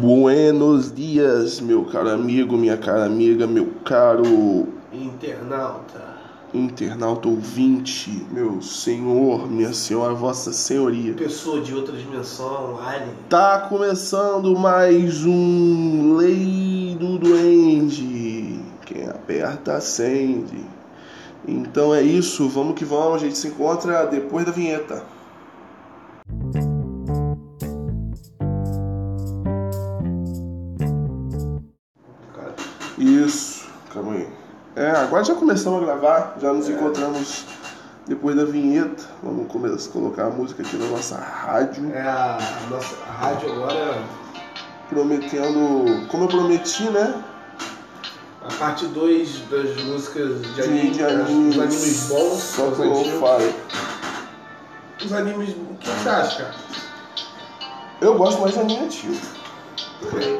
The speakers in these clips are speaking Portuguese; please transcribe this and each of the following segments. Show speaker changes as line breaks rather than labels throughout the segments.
Buenos dias, meu caro amigo, minha cara amiga, meu caro
Internauta.
internauta ouvinte, meu senhor, minha senhora, vossa senhoria.
Pessoa de outra dimensão, um alien.
Tá começando mais um Lei do Duende. Quem aperta, acende. Então é isso, vamos que vamos, a gente se encontra depois da vinheta.
Cara,
Isso, calma aí. É, agora já começamos a gravar, já nos
É.
encontramos depois da vinheta. Vamos começar a colocar a música aqui na nossa rádio,
É a a nossa a rádio agora,
prometendo, como eu prometi, né?
a parte 2 das músicas de
De,
anime,
de
das-
animes,
dos animes bons,
só
os
que eu
antigos.
falo.
Os animes, o que você acha, cara?
Eu gosto mais de anime antigo.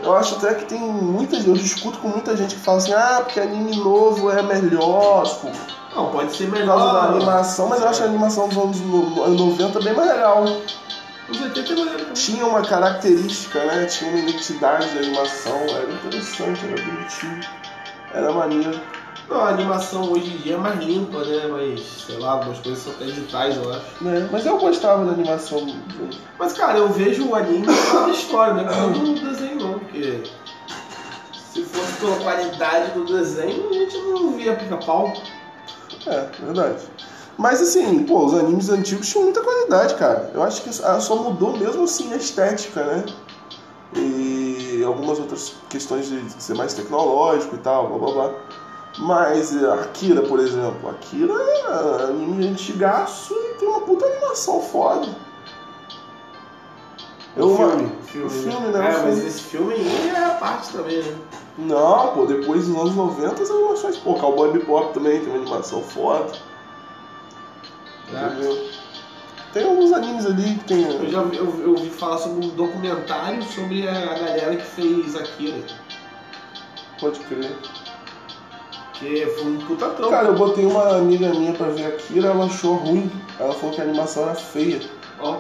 Eu acho até que tem muita gente, eu discuto com muita gente que fala assim, ah, porque anime novo é melhor, tipo,
Não, pode ser
por
melhor.
causa da animação, mas eu acho a animação dos anos no- anos 90 bem mais legal.
Os 80 é maneiro também.
tinha uma característica, né? Tinha uma identidade de animação, era interessante, era bonitinho, era maneiro.
Não, a animação hoje em dia é mais limpa, né? Mas, sei lá, algumas coisas são até digitais, eu acho.
Né? Mas eu gostava da animação. né? do-
Mas, cara, eu vejo o anime pela história, né? Porque não no desenho, não, porque... Se fosse pela qualidade do desenho, a gente não via pica-pau.
É, verdade. Mas assim, pô, os animes antigos tinham muita qualidade, cara. Eu acho que ah, só mudou mesmo assim a estética, né? E algumas outras questões de ser mais tecnológico e tal, blá blá blá. Mas eh, Akira, por exemplo, Akira é anime antigaço e tem uma puta animação foda. Eu-
É um filme,
o filme, né?
É,
O
mas
filme.
esse filme aí é a parte também, né?
Não, pô, depois dos anos 90 as animações. Pô, Cowboy Bebop também tem uma animação foda.
Tá.
Entendeu? Tem alguns animes ali que tem.
Eu já vi- eu, eu ouvi falar sobre um documentário sobre a galera que fez Akira.
Pode crer.
Que foi um puta trampo.
Cara, eu botei uma amiga minha pra ver Akira, ela achou ruim. Ela falou que a animação era feia.
Ó,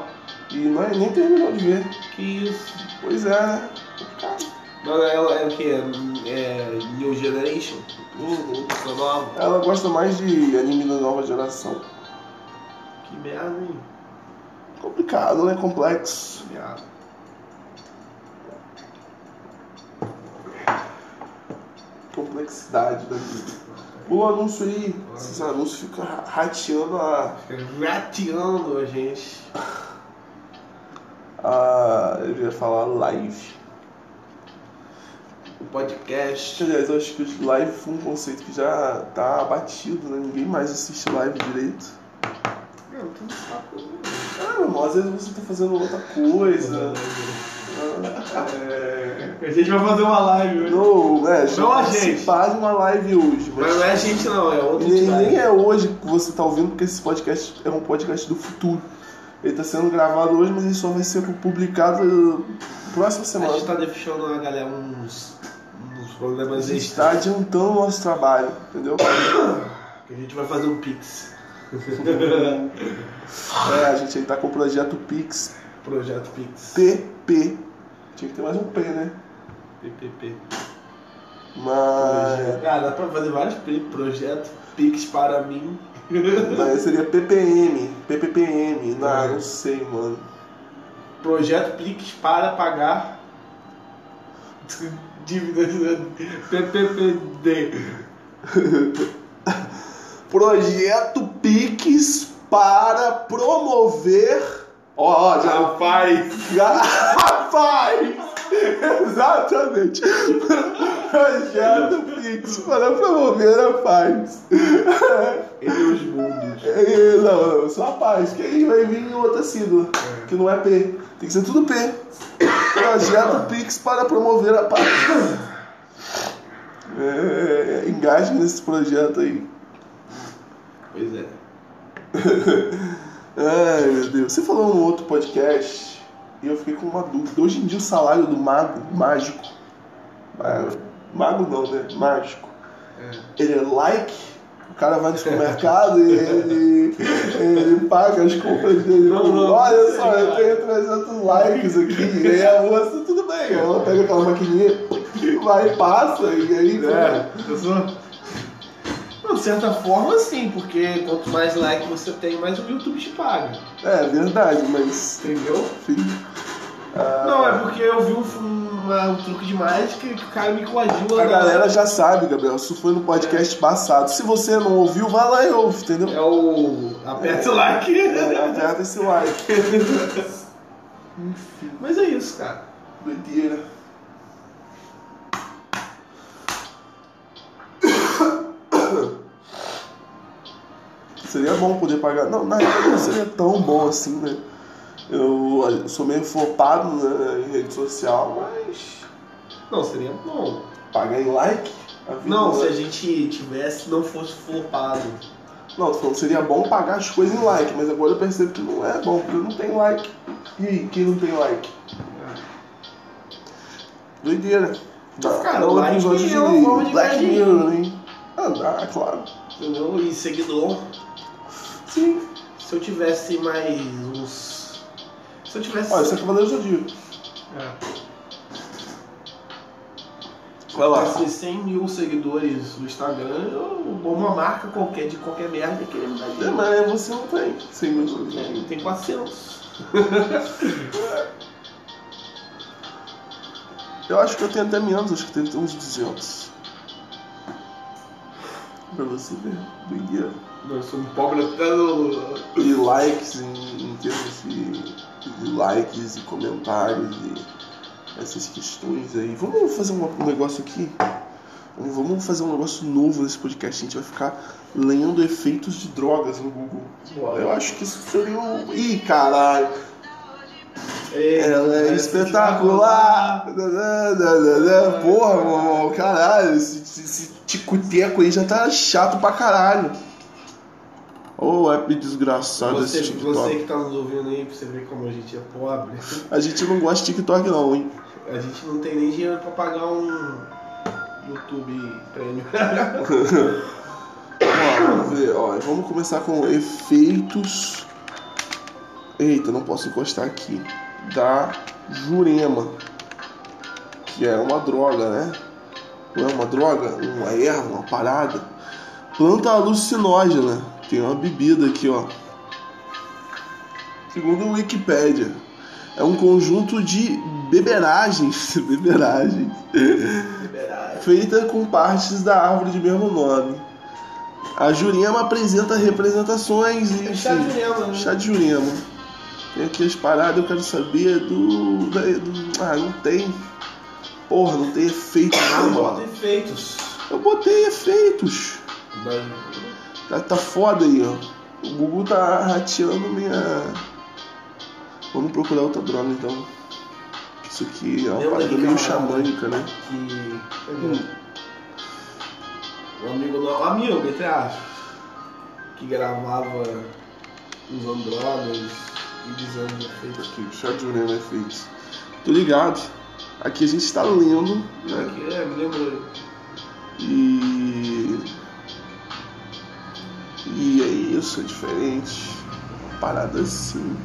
E não é- nem terminou de ver.
que isso.
Pois é, né? Cara,
Mas ela é o que? É New Generation?
uhum.
Essa nova.
Ela gosta mais de anime da nova geração.
Que merda, hein?
Complicado, né? Complexo.
Que merda.
Complexidade da vida. O anúncio aí, esses anúncios ficam ra- rateando a.
Rateando a gente.
a eu ia falar live.
O podcast.
Aliás, eu acho que os live foi um conceito que já tá abatido, né? Ninguém mais assiste live direito.
Não, tu não sabe
Ah, meu irmão, às vezes você tá fazendo outra coisa.
como.
Ah, é...
A gente vai fazer uma live hoje.
Não, é, já
Não a
participei
gente.
de uma live hoje,
Mas não
mas.
é a gente não, é outra
Nem,
entidade.
nem é hoje que você tá ouvindo, porque esse podcast é um podcast do futuro. Ele tá sendo gravado hoje, mas ele só vai ser publicado eh, próxima
A
semana.
gente tá deixando a galera uns, uns problemas
A gente tá
extras.
adiantando o nosso trabalho, entendeu?
que A gente vai fazer um pix.
É, a gente aí tá com o projeto Pix
Projeto pix.
PP. Tinha que ter mais um P, né?
PPP.
Mas.
Ah, dá pra fazer vários pri- projetos. Pix para mim.
Mas seria PPM. PPPM. Não, não sei, mano.
Projeto Pix para pagar dívidas da PPPD.
Projeto Pix para promover. Ó, ó, já.
Rapaz!
Rapaz! Exatamente! Projeto Pix para promover a paz.
Ele e os mundos.
Ei, Não, não, só a paz, que aí vai vir outra sigla, que não é P. Tem que ser tudo P. Projeto Pix para promover a paz. É, é, engaje nesse projeto aí.
Pois é.
Ai, meu Deus. Você falou num outro podcast e eu fiquei com uma dúvida. Hoje em dia o salário do mago, mágico, ah, mago não, né? Mágico,
É.
ele é like O cara vai no supermercado e ele, ele paga as compras dele.
Não, não,
Olha
não
só,
sei,
eu tenho 300 likes aqui. E aí a moça, tudo bem. Ela pega aquela maquininha, vai e passa. E aí,
É, eu sou- Não, de certa forma, sim, porque quanto mais like você tem, mais o YouTube te paga.
é verdade, mas.
Entendeu?
Enfim. Ah,
Não, é porque eu vi um, uma- um truque de mágica que o cara me coadila.
A
na-
galera já sabe, Gabriel. Isso foi no podcast passado. Se você não ouviu, vai lá e ouve, entendeu?
É o. Aperta o like.
É, Aperta esse like.
Mas é isso, cara.
Doideira. Seria bom poder pagar. Não, na verdade não seria tão bom assim, né? Eu olha, sou meio flopado na- em rede social, mas
Não, seria bom.
pagar em like? a vida
Não, se
é-
a gente tivesse, não fosse flopado.
Não, tô falando, seria bom pagar as coisas em like, mas agora eu percebo que não é bom, porque não tem like. E aí, quem não tem like? É. Doideira. Tá,
Cara,
outro
like
episódio
é uma forma de
Black
ganhar dinheiro.
Mirror, hein? Ah, dá, claro.
Entendeu? E seguidor.
Sim.
Se eu tivesse mais uns. Se eu tivesse.
Ó, isso é Cavaleiro Zodíaco.
É.
Vai
Se eu tivesse 100 mil seguidores no Instagram, eu bombo uma marca qualquer de qualquer merda e queria me dar
É,
dinheiro.
mas você não tem 100 mil
É,
seguidores.
Tem 400.
Eu acho que eu tenho até menos, acho que tem uns 200. Pra você ver. Doideira.
Não, eu sou um pobre até no.
E likes em, em termos de, de likes e comentários e essas questões aí. Vamos fazer um, um negócio aqui? Vamos fazer um negócio novo nesse podcast. A gente vai ficar lendo efeitos de drogas no Google. Eu acho que isso seria um. Ih, caralho! Ela é espetacular! Nananana. Porra, meu irmão, caralho, esse, esse, esse tico-teco aí já tá chato pra caralho. Ô, app desgraçado
Você,
esse TikTok.
você que tá nos ouvindo aí, pra você ver como a gente é pobre,
A gente não gosta de TikTok, não, hein?
a gente não tem nem dinheiro pra pagar um YouTube prêmio.
Ó, vamos ver, ó, vamos começar com efeitos. Eita, não posso encostar aqui. Da Jurema. Que é uma droga, né? Não é uma droga? Uma erva, uma parada. Planta alucinógena. Tem uma bebida aqui, ó. Segundo o Wikipedia. É um conjunto de beberagens. beberagens.
Liberais.
feita com partes da árvore de mesmo nome. A Jurema apresenta representações e
É chá de jurema, né?
chá de Jurema. Tem aqui as paradas, eu quero saber do, da- do- Ah, não tem. Porra, não tem efeito não,
Bota
mano.
efeitos.
Eu botei efeitos. Tá, tá foda aí, ó. O Google tá rateando minha. Vamos procurar outra droga então. Isso aqui é uma
Lembra
parada
que
meio
camarada?
xamânica, né?
Que. Um amigo nosso. Amigo, entre aspas. Que gravava usando drogas e dizendo efeitos.
Aqui, chá de urema é feito. Tô ligado. Aqui a gente tá lendo, né?
Aqui é, me lembro.
E. E é isso, é diferente. Uma Parada assim.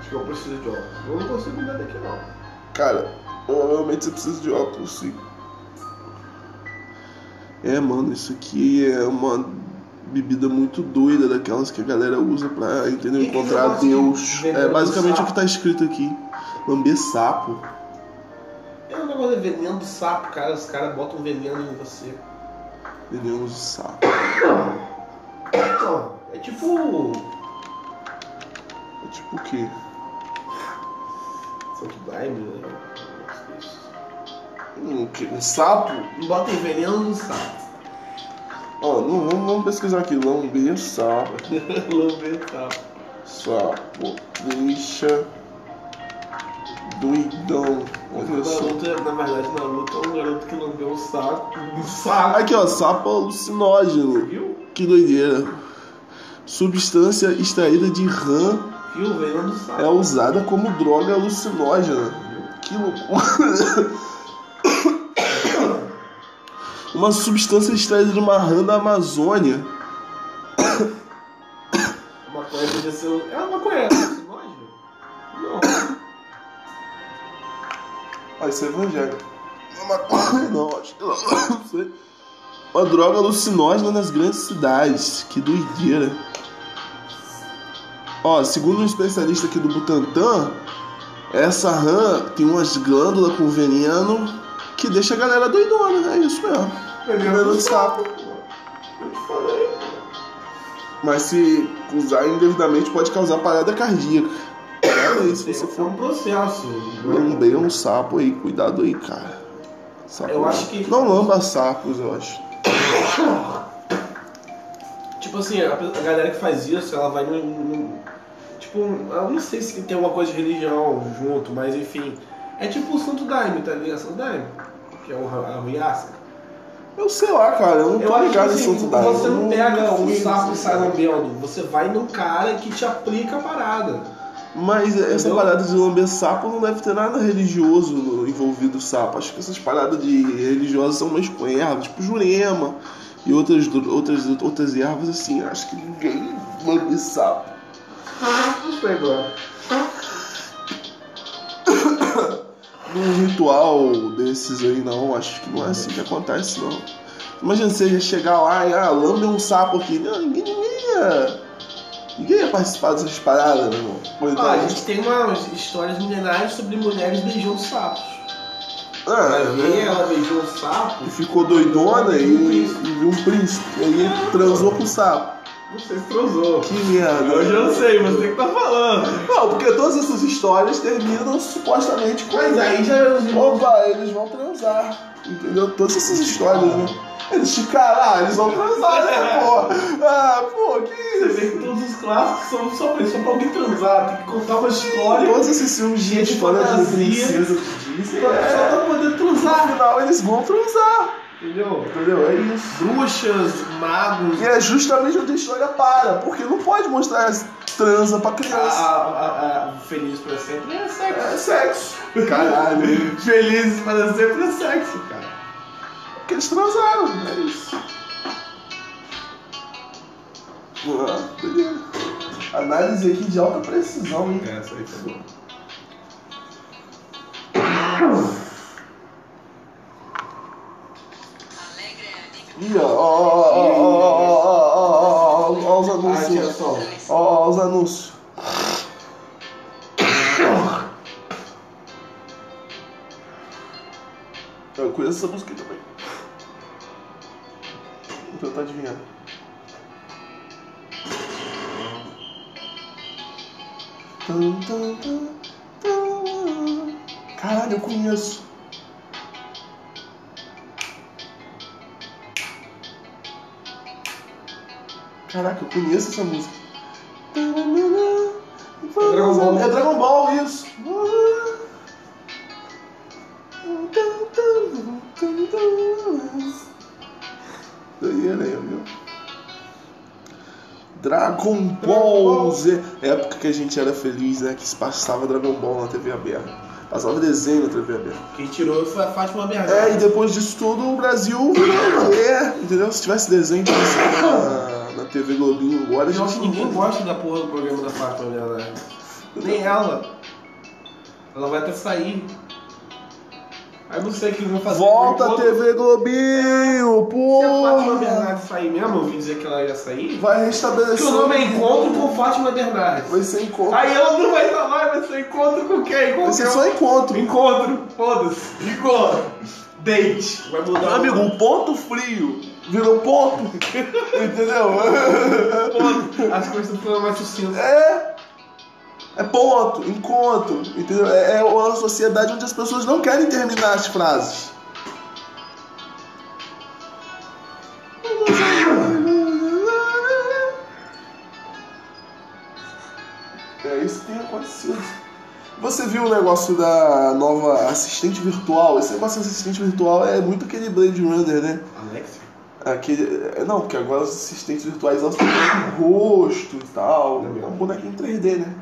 Acho que eu preciso de óculos. Eu não consigo olhar daqui não.
Cara, provavelmente você precisa de óculos, sim. É, mano, isso aqui é uma bebida muito doida daquelas que a galera usa pra, entendeu,
E que
encontrar
negócio de
Deus.
veneno
É
do
basicamente o
sapo?
que tá escrito aqui. Lamber sapo.
É um negócio de veneno do sapo, cara. Os caras botam veneno em você.
Veneno do sapo.
Não, é tipo.
É tipo o quê?
São Slime, né?
Um, que- um sapo?
Não botem veneno no sapo.
Ó, não, vamos, vamos pesquisar aqui. Lamber sapo.
Lamber sapo.
Sapo. Deixa. Doidão. Olha só.
Naruto, é- na verdade, Naruto é um garoto que lambeu um saco. Um saco.
Aqui, ó. Sapo alucinógeno.
Viu?
Que doideira. Substância extraída de rã
Viu? Veneno do sapo.
é usada como droga alucinógena. Que loucura. uma substância extraída de uma rã da Amazônia.
Maconha podia ser. um- É uma maconha, você gosta? Não.
Ah, isso é evangélico. Não é maconha, não, acho que não. Não sei. é Uma droga alucinógena nas grandes cidades. Que doideira. Ó, segundo um especialista aqui do Butantan, essa rã tem umas glândulas com veneno que deixa a galera doidona, né? É isso mesmo. Veneno é um de sapo.
Eu te falei, pô.
Mas se usar indevidamente pode causar parada cardíaca. Olha isso, se você
Tem- É
for
um processo.
Lambei um sapo aí, cuidado aí, cara. Sapo
Eu
não.
acho que-
Não lamba sapos, eu acho.
Tipo assim, a, pe- a galera que faz isso, ela vai no, no- Tipo, eu não sei se tem alguma coisa de religião junto, mas enfim. É tipo o Santo Daime, tá ligado? Santo Daime, que é o Ra- a Ruiaça.
Eu sei lá, cara, eu não
Eu
tô
acho que
ligado em
assim,
Santo Daime.
você
Eu
não pega
nunca
um
fui em
sapo
Santo Daime.
sarambeando, você vai num cara que te aplica a parada.
Mas essa
Entendeu?
parada de lamber sapo não deve ter nada religioso no- envolvido o sapo. Acho que essas paradas de religiosas são umas ervas, tipo jurema e outras, dro- outras, outras ervas assim. Acho que ninguém lambe sapo.
Não sei, mano.
num ritual desses aí, não. Acho que não é assim que acontece, não. Imagina você ia chegar lá e, ah, lambe um sapo aqui. Não, ninguém, ninguém ia... Ninguém ia participar dessas paradas, meu irmão. Ou então,
Ah, a gente tem umas histórias milenares sobre mulheres beijando sapos. é
ah,
Aí
né?
ela beijou o sapo.
E ficou doidona e, e viu um príncipe. E aí transou com o sapo.
Não sei se transou.
Que merda.
Eu já não sei, mas tem que tá falando.
Não, porque todas essas histórias terminam supostamente com
Mas aí já é os irmãos.
Opa, eles vão transar. Entendeu? Todas essas histórias, né? Eles te caralho, eles vão transar, né, pô? Ah, pô, que
Você
isso?
vê que todos os clássicos são só pra, só pra alguém transar, tem que contar uma história
Todos esses filmes de
Dia de
história de
fantasia.
princesa de Disney.
pra, só
É,
pra poder
no
transar.
final eles vão transar.
Entendeu?
Entendeu? É isso.
Bruxas, magos,
E é justamente onde a história para, porque não pode mostrar as transa pra
a,
criança.
a, a- a- feliz pra sempre é
É
sexo.
sexo. Caralho.
Feliz para sempre é sexo, cara.
Porque eles transaram, é isso. Ah, beleza. Análise aqui de alta precisão, hein?
É, isso aí tá bom.
Ih, ó, ó, ó, ó, ó, ó, ó, ó, ó, ó, ó, os
Ah, tira
anúncios.
só.
Ó, ó, ó, os anúncios. Eu conheço essa música aí também. Vou tentar adivinhar. Tum, tum, tum, tum. Caralho, eu conheço. Caraca, eu conheço essa música. É
Dragon Ball. né?
É Dragon Ball, isso. Daí né, era eu, viu? Dragon Ball Z. Época que a gente era feliz, né? Que se passava Dragon Ball na TV aberta. Passava desenho na TV aberta.
Quem tirou foi a Fátima Bernardo.
É, e depois disso tudo, o Brasil virou é, entendeu? Se tivesse desenho tivesse na, na TV Globinho agora, a
Eu acho
gente
que ninguém gosta da porra do programa da Fátima Bernardo. Nem ela. Ela vai até sair. Aí não sei o que vai fazer.
Volta a
Quando-
TV Globinho,
Se a Fátima
porra!
Bernardes sair mesmo, eu ouvi dizer que ela ia sair.
Vai
Que
restabelecer.
o nome é Encontro com Fátima Bernardes.
Vai ser encontro.
Aí ela não vai falar, vai ser encontro com quem? Com
Vai ser
quem?
só encontro.
Encontro, foda-se. Encontro. Date. Vai mudar.
Meu amigo, um ponto frio virou ponto. Entendeu?
Ponto. As coisas estão ficando mais sucintas.
É. É ponto, encontro. Entendeu? É, é uma sociedade onde as pessoas não querem terminar as frases. É isso que tem acontecido. Você viu o negócio da nova assistente virtual? Esse negócio de assistente virtual é muito aquele Blade Runner, né?
Alex?
Aquele, é, não, porque agora os assistentes virtuais elas têm um rosto e tal. É um bonequinho 3D, né?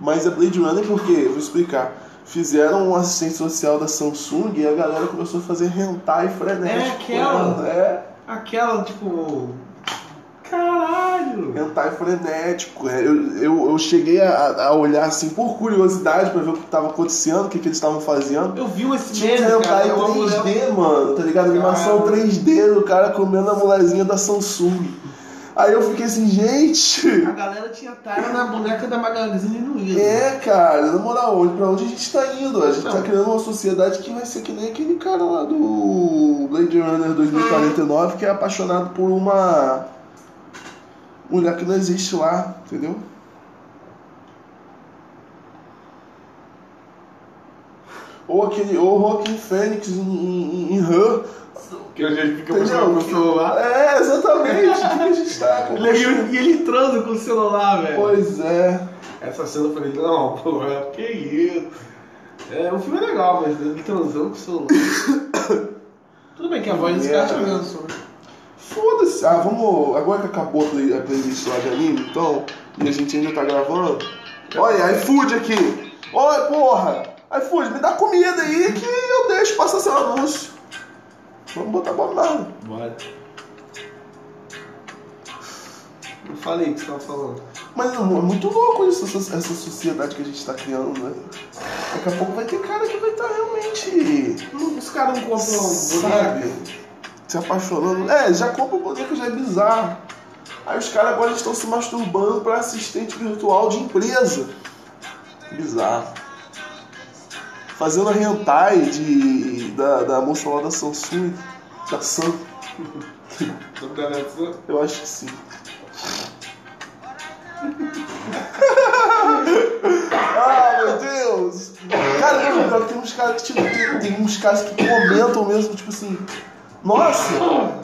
Mas a Blade Runner, por quê? Eu Vou explicar. Fizeram um assistente social da Samsung e a galera começou a fazer hentai frenético.
É aquela?
É,
Aquela, tipo. Caralho!
hentai frenético. É, Eu, eu, eu cheguei a, a olhar assim por curiosidade pra ver o que tava acontecendo, o que, que eles estavam fazendo.
Eu vi um esse
Tinha que
meme, cara.
hentai
é uma
3D,
mulher-
mano, tá ligado? Animação
Cara.
3D do cara comendo a mulherzinha da Samsung. Aí eu fiquei assim, gente.
A galera tinha tara na boneca da Magazine Luiza.
É, cara, na moral, onde- pra onde a gente tá indo? A gente tá
Não.
criando uma sociedade que vai ser que nem aquele cara lá do Blade Runner 2049 que é apaixonado por uma mulher que não existe lá, entendeu? Ou aquele, ou Joaquim Fênix em, em, em- em Her.
Que a gente fica
Entendeu?
mostrando o celular.
É, exatamente. O que que a gente tá com?
E ele- E ele entrando com o celular, velho.
Pois é.
Essa cena eu falei, não, pô, que isso. É, o filme é legal, mas ele transando com o celular. Tudo bem que a voz desse cara
Yeah.
tinha mesmo.
Foda-se. Ah, vamos. Agora que acabou a, play- a playlist lá de anime, então. E a gente ainda tá gravando. Olha, iFood aqui. Olha, porra. iFood, me dá comida aí que eu deixo passar seu anúncio. Vamos botar Bob Marley.
Bora. Não falei o que você tava falando.
Mas é mu- muito louco isso, essa, essa sociedade que a gente tá criando, né? Daqui a pouco vai ter cara que vai estar realmente.
Não, Os caras não um compram
Sabe?
boneca.
Se apaixonando. É, já compra boneco, já é bizarro. Aí os caras agora estão se masturbando pra assistente virtual de empresa. Bizarro. Fazendo a hentai de, da, da moça lá da Samsung. Da Sam,
Sobre a Alexa.
eu acho que sim. ah, meu Deus! Cara, não, pior que tem uns caras que, tipo, tem, tem uns caras que comentam mesmo, tipo assim. Nossa!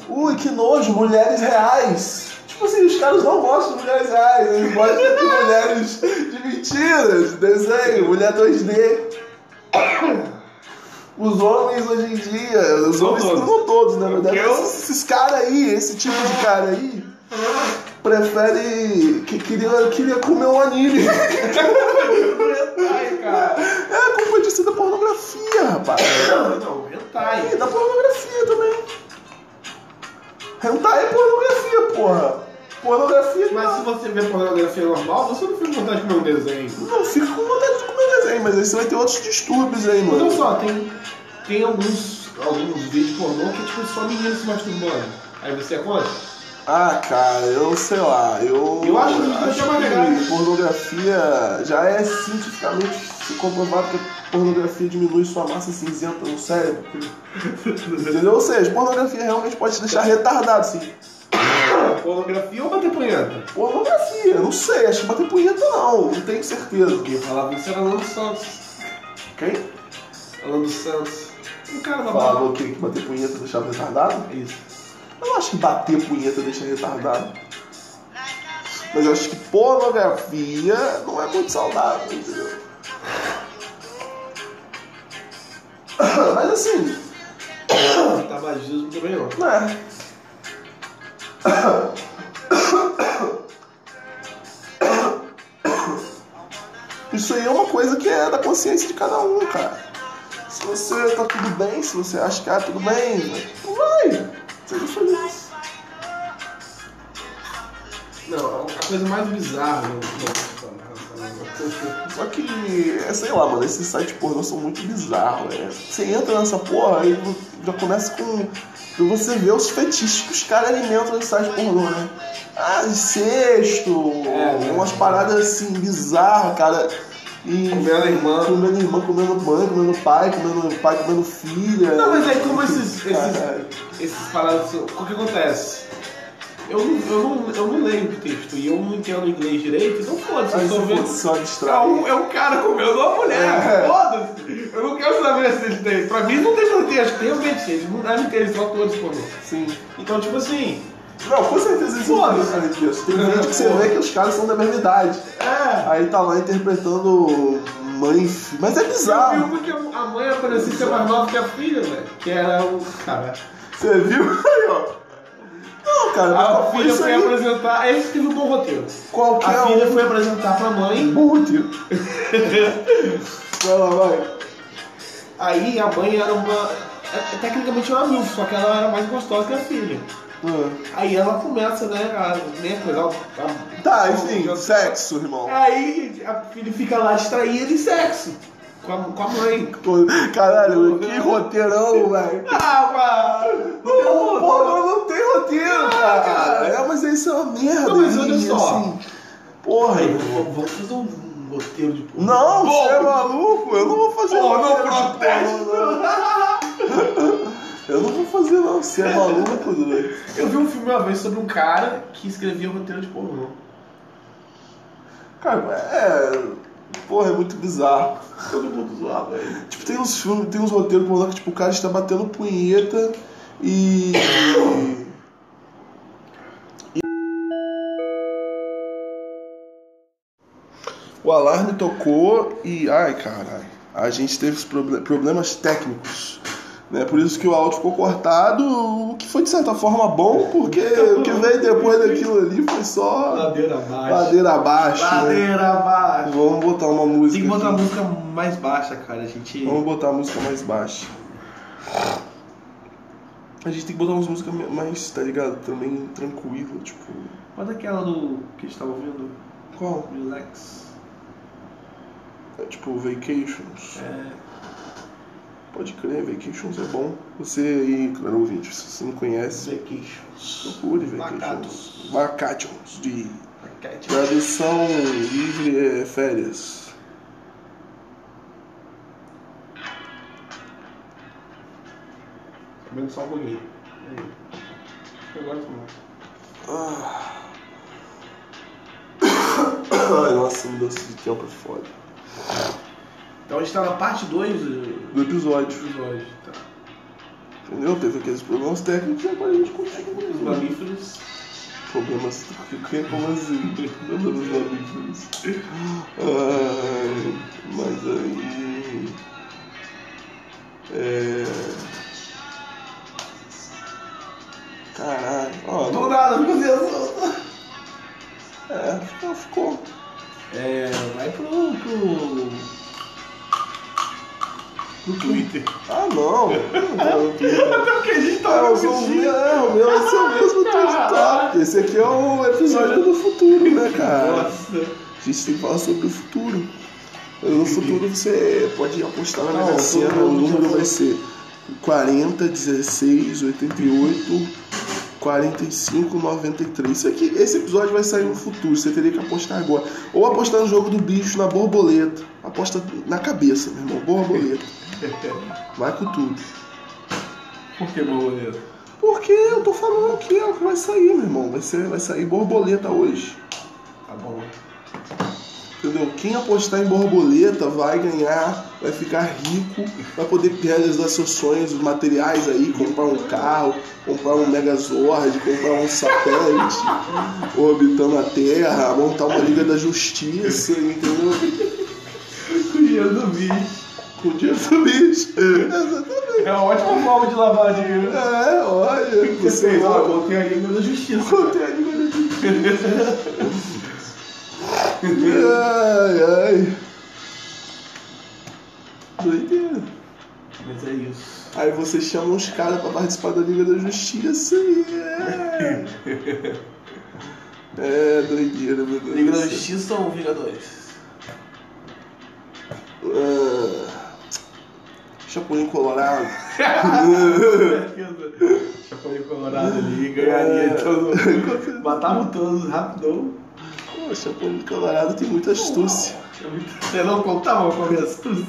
Ui, que nojo, mulheres reais. Tipo assim, os caras não gostam de mulheres reais, eles gostam de mulheres de mentiras, desenho, mulher 2D. Os homens hoje em dia, os
Não
homens
todos.
não todos, né? na verdade,
Eu-
esses, esses caras aí, esse tipo de cara aí, prefere. que queria, queria comer um anime.
Hentai, cara.
É a culpa disso é da pornografia, rapaz.
Não,
E
hentai.
da pornografia também. Hentai é pornografia, porra. Pornografia
Mas se
não.
você vê pornografia normal, você não fica com vontade de comer um desenho.
Não, fica com vontade de comer desenho, mas aí você vai ter outros distúrbios aí,
Mas olha
mano.
só, tem, tem alguns, alguns vídeos pornô que é tipo só meninos se masturbando. Aí você é contra?
Ah, cara, eu sei lá, eu.
Eu acho que isso é mais legal.
que pornografia já é cientificamente comprovado que a pornografia diminui sua massa cinzenta no cérebro. Entendeu? Ou seja, pornografia realmente pode te deixar retardado, assim. sim.
Pornografia ou bater punheta?
Pornografia, não sei, acho que bater punheta não, não tenho certeza.
Quem falava isso era Lando Santos.
Quem?
Lando Santos. O cara da bala.
Falou que bater punheta deixava retardado?
É isso.
Eu não acho que bater punheta deixa retardado. Mas eu acho que pornografia não é muito saudável, entendeu? Mas assim,
Tabagismo também não.
né? Isso aí é uma coisa que é da consciência de cada um, cara. Se você tá tudo bem, se você acha que ah, tudo bem, vai, seja feliz.
Não, a coisa mais bizarra. né? Não,
Só que, é, sei lá, mano, esses sites pornô são muito bizarros, é. Você entra nessa porra e já começa com. Você vê os fetiches que os caras alimentam nesse site pornô, né? Ah, incesto,
É, né?
umas paradas assim, bizarras, cara. E
Comendo irmã.
Comendo irmã, comendo mãe, comendo pai, comendo pai, comendo filha.
Não, mas aí como esses, esses,
Caralho.
esses paradas. são- O que acontece? Eu não, eu, não, eu não leio o texto e eu não entendo inglês direito, então foda-se,
Aí
eu tô
você
vendo.
pode só
É
distrair.
um, é um cara comendo uma mulher,
É.
foda-se. Eu não quero saber se eles têm. Pra mim não tem contexto, tem ambiente, eles não devem ter, eles só todos comendo.
Sim.
Então, tipo assim,
Não, com certeza isso é não
Foda-se.
tem disso. Tem gente que você vê que os caras são da mesma idade.
é.
Aí tá lá interpretando mãe e fi- Mas é
Eu vi
bizarro.
uma que a mãe apareceu é ser mais nova que a filha, velho. Que era o. Cara.
Você viu? Aí, ó. Não, Não, cara, mas
A
qual foi
filha
Ah, isso
foi
aí?
apresentar. Aí escreveu um bom roteiro.
Qualquer
A filha foi apresentar pra
um.
mãe.
Bom roteiro. Vai lá, vai.
Aí a mãe era uma. é- Tecnicamente uma milf, só que ela era mais gostosa que a filha.
Ah.
Aí ela começa, né? A, né coisa, a-
Tá, enfim,
a-
sexo, irmão.
Aí a filha fica lá distraída em sexo. Com a, com a mãe.
Pô, Caralho, que roteirão, velho.
Ah,
Pô,
mano!
não, não tem roteiro, cara.
Ah, cara.
É, mas isso é uma merda.
Não, mas
hein,
olha só.
porra,
Aí,
irmão.
v- Vamos fazer um- um roteiro de porra.
Não,
Bom,
você é maluco? Eu não vou fazer
Pô, não
roteiro de
protesto.
porra, não. Eu não vou fazer, não. Você é maluco, Dudu.
Eu vi um filme uma vez sobre um cara que escrevia roteiro de pornô.
Cara, é. Porra, é muito bizarro.
Todo mundo zoava ele.
Tipo, tem uns filmes, tem uns roteiros pornô que, tipo, o cara está batendo punheta e. O alarme tocou e. Ai, caralho. A gente teve os proble- problemas técnicos. Né? Por isso que o áudio ficou cortado, o que foi de certa forma bom, porque o que veio depois daquilo ali foi só
Ladeira abaixo.
ladeira abaixo. Né?
Ladeira abaixo.
Vamos botar uma música.
Tem que botar a
aqui.
música mais baixa, cara. A gente.
Vamos botar a música mais baixa. A gente tem que botar umas músicas mais, tá ligado? Também tranquila, tipo.
Bota aquela do. que a gente tava ouvindo.
Qual?
Relax.
É, tipo, Vacations.
É.
Pode crer, Vacations é bom. Você aí, claro, ouvinte, se você não conhece,
Vacations.
procure Vacations.
Vacations.
Vacations, de
Vacations.
tradução livre é férias.
Comendo só um pouquinho. Agora não.
Ah. Ai, nossa, mudança de tempo é foda.
Então a gente tá na parte 2 do
Do episódio.
episódio. Tá.
Entendeu? Teve aqueles problemas técnicos e agora a gente consegue.
Os mamíferos.
Problemas. O que é como assim? Problemas mamíferos. né? Ai, mas aí. É. Caralho. Ó,
Do
não-
nada, meu Deus.
é, ficou. ficou.
É, vai pro. pro. pro Twitter.
Ah, não. Não,
Até porque a gente
Ah, eu
um
sou o meu, é, o meu, esse é o mesmo tweet top. Esse aqui é o episódio do futuro, né, cara?
Nossa.
A gente tem que falar sobre o futuro. No futuro você pode apostar na
Não,
Mega Sena,
todo
o
mundo
número
já
vai
falou.
ser 40, 16, 88, 45, 93. Isso aqui, esse episódio vai sair no futuro, você teria que apostar agora. Ou apostar no jogo do bicho, na borboleta. Aposta na cabeça, meu irmão, borboleta. Vai com tudo.
Por que é borboleta?
Porque eu tô falando aqui, é o que vai sair, meu irmão. Vai, ser, vai sair borboleta hoje.
Tá bom.
Entendeu? Quem apostar em borboleta vai ganhar, vai ficar rico, vai poder realizar seus sonhos materiais aí, comprar um carro, comprar um megazord, comprar um satélite orbitando a Terra, montar uma Liga da Justiça, entendeu?
Com o dinheiro do bicho.
Com o dinheiro do bicho. Exatamente.
É uma ótima forma de lavar dinheiro. né?
É, olha, você é
Vocês, ó,
não
coloquei a língua da justiça.
contei a Liga da Justiça. Ai, ai. Doideira.
Mas é isso.
Aí você chama uns caras pra participar da Liga da Justiça e é. É, doideira, meu Deus.
Liga da
do céu.
Justiça ou um Vingadores?
Ah, Chapolin Colorado.
Chapolin Colorado ali,
É.
ganharia então. todo mundo. Matava todos rapidão.
Pô, Chapolin Colorado tem muita astúcia.
Você não contava com a minha astúcia?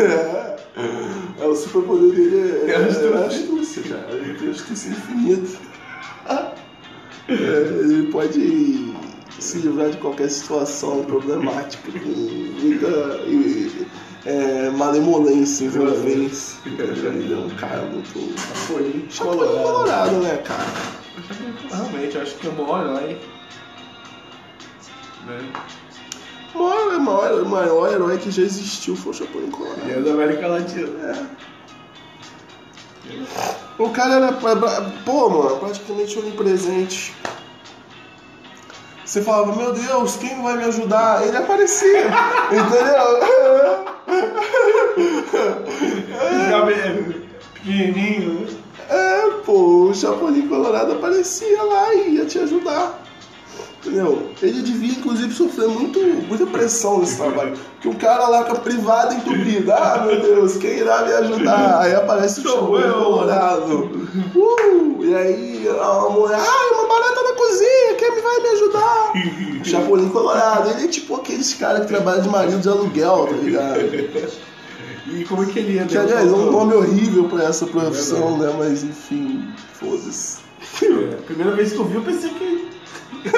É, é o superpoder dele. É,
É
é,
astúcia.
é astúcia, cara. Ele tem astúcia infinita. É, ele pode se livrar de qualquer situação problemática com muita e, é, malemolência, envolvência. Ele é um cara muito.
Chapolin
Chapolin
Colorado.
colorado, né, cara?
Realmente, eu acho que é eu moro lá, hein? Né?
O maior, o maior, o maior
é
herói que já existiu foi o Chapolin Colorado.
E é da América Latina.
É.
que.
O cara era. pra- pra- Pô, monipresente. praticamente onipresente. Você falava, meu Deus, quem vai me ajudar? Ele aparecia, entendeu?
Ficava É. pequenininho, né?
É, pô, o Chapolin Colorado aparecia lá e ia te ajudar. Entendeu? Ele devia, inclusive, sofrer muito, muita pressão nesse trabalho. Que o cara lá com a privada entupida. Ah, meu Deus, quem irá me ajudar? Aí aparece o
Sou
Chapolin
eu.
Colorado. Uh, e aí a mulher, ah, é uma barata na cozinha, quem me vai me ajudar? O Chapolin Colorado. Ele é tipo aqueles caras que trabalham de marido de aluguel, tá ligado?
E como é que ele ia
Que, aliás, é um nome horrível pra essa profissão, né? Mas, enfim, foda-se.
É, a primeira vez que eu vi, eu pensei que.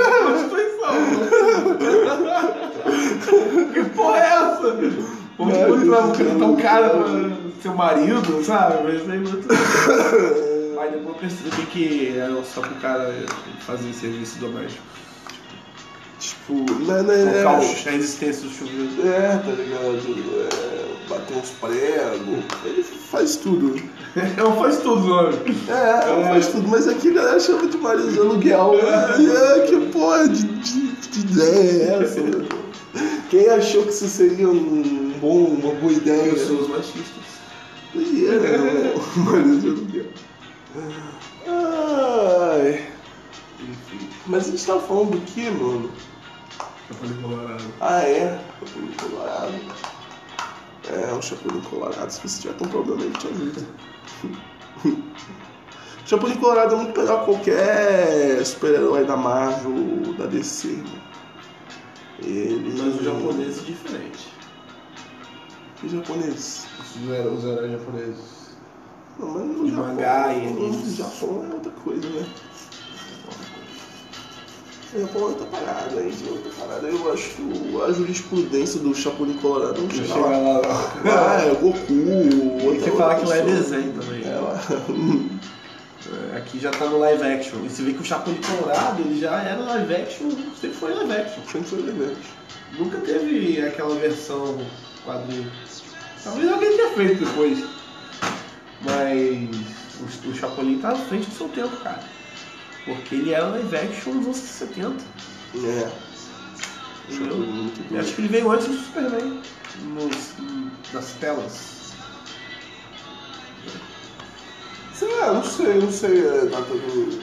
Prostituição. que porra é essa? Vamos
Cara,
encontrar
isso é
um, um
muito
cara,
bom.
seu marido, sabe? Mas aí muito. Mas depois eu percebi que era só pro cara fazer serviço doméstico.
Tipo, né, né,
Focar
é,
os- a existência do chuveiro.
é, tá ligado? É, bater uns pregos. Ele faz tudo.
Eu faço um tudo, né? mano.
É, faz tudo. Mas aqui a galera chama de marido de aluguel. É, que porra de, de- de ideia é essa? né? Quem achou que isso seria um bom, uma boa ideia?
Eu sou os machistas.
E é, o marido de aluguel. Ai.
Enfim,
Mas a gente tá falando do que, mano?
eu falei colorado.
Ah, é? Chapulho Colorado. É, o Chapulho Colorado. Se você tiver com problema, ele te ajuda. Chapulho Colorado é muito melhor que qualquer super-herói da Marvel ou da DC. né? Ele.
Mas o japonês é diferente.
Que japonês?
Os heróis os é heróis japoneses.
Não, mas o
De
Japão.
mangá e
o
animes.
Japão é outra coisa, né? O Japão é outra parada, aí, de outra parada. Eu acho que o- a jurisprudência do Chapulho Colorado não
Eu
chega
chego
lá.
lá.
Ah, é o Goku.
Tem que
outra-
falar que
outra
lá é
pessoa.
desenho também.
É, lá.
É, Aqui já tá no live action. E você vê que o Chapolin Colorado, ele já era live action, sempre foi live action.
Sempre foi elegante.
Nunca teve aquela versão quadrinho. Talvez alguém tenha feito depois. Mas o, o Chapolin tá à frente do seu tempo, cara. Porque ele era live action nos anos 70.
É.
Entendeu?
Chapolin muito
Eu acho
doido.
que ele veio antes do Superman. Nos, nas telas.
Sei lá, não sei, não sei a data do,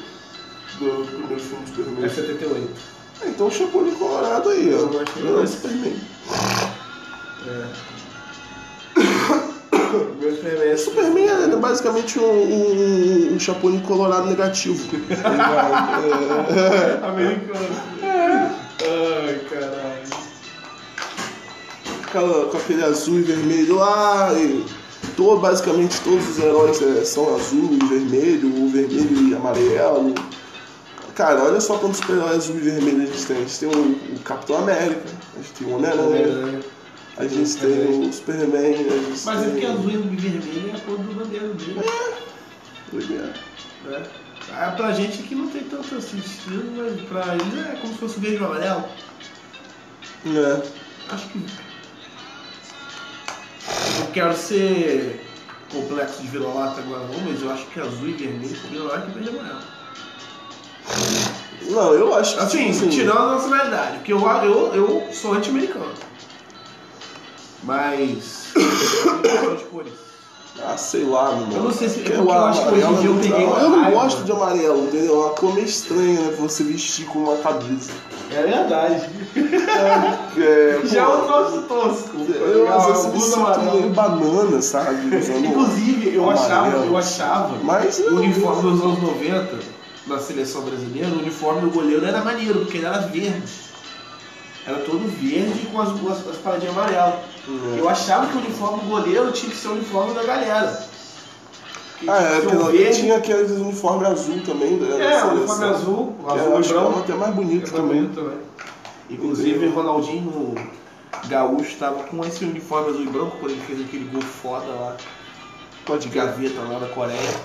do primeiro filme de Superman.
É 78.
Ah, então o Chapolin Colorado aí, ó.
Eu acho que
Não,
é.
Superman.
É. O meu Superman é
Superman é basicamente um, um, um Chapolin Colorado negativo. É.
Americano. Ai, caralho.
Aquela- com aquele azul e vermelho lá. E todo, basicamente todos os heróis é, são azul e vermelho, ou vermelho e amarelo. Cara, olha só quantos super-heróis azul e vermelho a gente tem. A gente tem o, o Capitão América, a gente tem o Homem-Aranha, a gente tem o Superman, a gente
Mas é
tem...
porque azul e vermelho é a cor do bandeiro dele.
Doideira.
Né? Ah, pra gente aqui não tem tanto sentido, mas pra eles é como se fosse verde e amarelo.
É.
Acho que. Não quero ser complexo de vira-lata agora não, mas eu acho que azul e vermelho são melhor que verde e amarelo.
Não, eu acho que...
Assim,
tipo
tirando a nacionalidade, porque eu, eu, eu sou anti-americano. Mas. eu gosto de cores.
Ah, sei lá, mano.
Eu não sei se- é
Porque
porque eu acho que hoje em
amarelo
dia eu
não-
peguei uma
um Eu não
raiva.
gosto de amarelo, entendeu? É uma cor meio estranha, né? pra Você vestir com uma camisa.
É verdade.
É,
Já
pô,
o troço tosco. tá
Eu às vezes me
Blusa
sinto
amarela.
meio banana, sabe? Usando
Inclusive, eu achava,
amarelo.
eu achava
Mas
o
eu-
uniforme dos anos 90, na seleção brasileira, o uniforme do goleiro era maneiro, porque ele era verde. Era todo verde com as, com as, as paradinhas amarelas.
É.
Eu achava que o uniforme do goleiro tinha que ser o uniforme da galera. Que
Ah, é,
tinha que ser
pelo
um
menos
verde.
tinha aqueles uniforme azul também. Né,
É, o uniforme azul, o
Azul eu
azul e
acho que é um
branco.
até mais bonito
Era
também.
bonito também. Inclusive, Ronaldinho Gaúcho estava com esse uniforme azul e branco quando ele fez aquele gol foda lá. de gaveta lá da Coreia.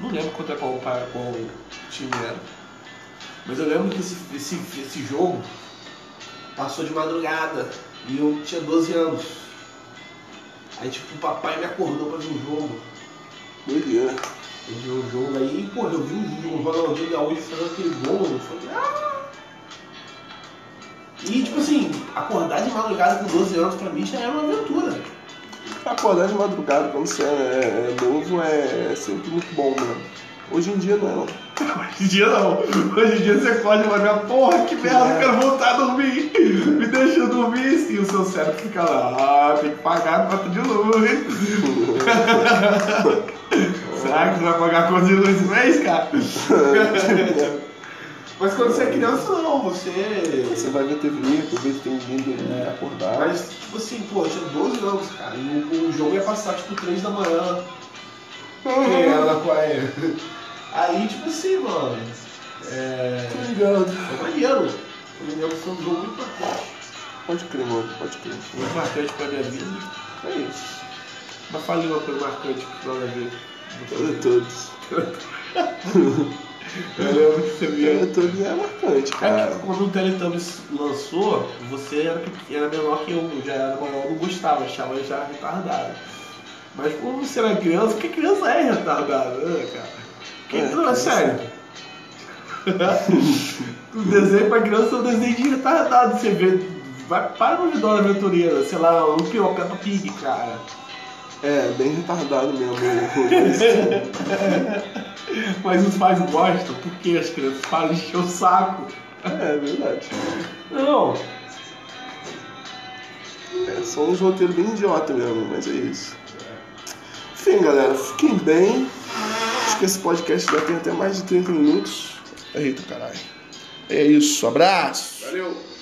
Não lembro contra qual, pa- qual time era. Mas eu lembro que esse, esse, esse jogo passou de madrugada e eu tinha 12 anos. Aí tipo o papai me acordou pra ver o jogo.
Doideira.
Eu vi um jogo aí, pô, eu vi um, um Ronaldinho Gaúcho fazendo aquele gol, eu falei, ah! E tipo assim, acordar de madrugada com 12 anos pra mim já era uma aventura.
Acordar de madrugada quando você é, é novo é, é sempre muito bom, mano. Hoje em dia não.
Hoje em dia não. Hoje em dia você acorda e vai ver, porra, que merda,
É.
eu quero voltar a dormir. Me deixa dormir, sim, o seu cérebro fica lá, ah, tem que pagar a conta de luz. Será que você vai pagar a conta de luz esse mês, cara? Mas quando você é criança, não,
É, você
você...
vai ver TV, por vezes tem ninguém
É.
dormindo acordado.
Mas, tipo assim, pô, eu tinha 12 anos, cara, e o, o jogo ia passar, tipo, 3 da manhã, que era na Coreia. Aí, tipo assim, mano, é...
Tá ligado.
Foi maneiro. Eu me lembro que foi um jogo muito importante.
Pode crer, mano, pode crer.
Muito marcante pra minha vida.
É isso.
Mas fale uma coisa marcante pra minha vida.
Todos, todos.
Eu lembro que você via.
Todos é marcante,
É
cara.
que quando o Teletubbies lançou, você era, pequ- era menor que eu, eu já era maior, eu não gostava, achava eu já retardado. Mas como você era criança, porque criança é retardada, né, cara? Que,
É,
não, é
criança.
sério. o desenho pra criança é um desenho de retardado, você vê. Vai para uma Dora Aventureira, sei lá, um Piroca Pig, cara.
É, bem retardado mesmo. né?
Mas os pais gostam, porque as crianças falam encher o saco.
é, é verdade.
Não,
É, são uns roteiros bem idiota mesmo, mas é isso. Enfim, galera, fiquem bem. Acho que esse podcast já tem até mais de 30 minutos. Eita, caralho. É isso, abraço!
valeu.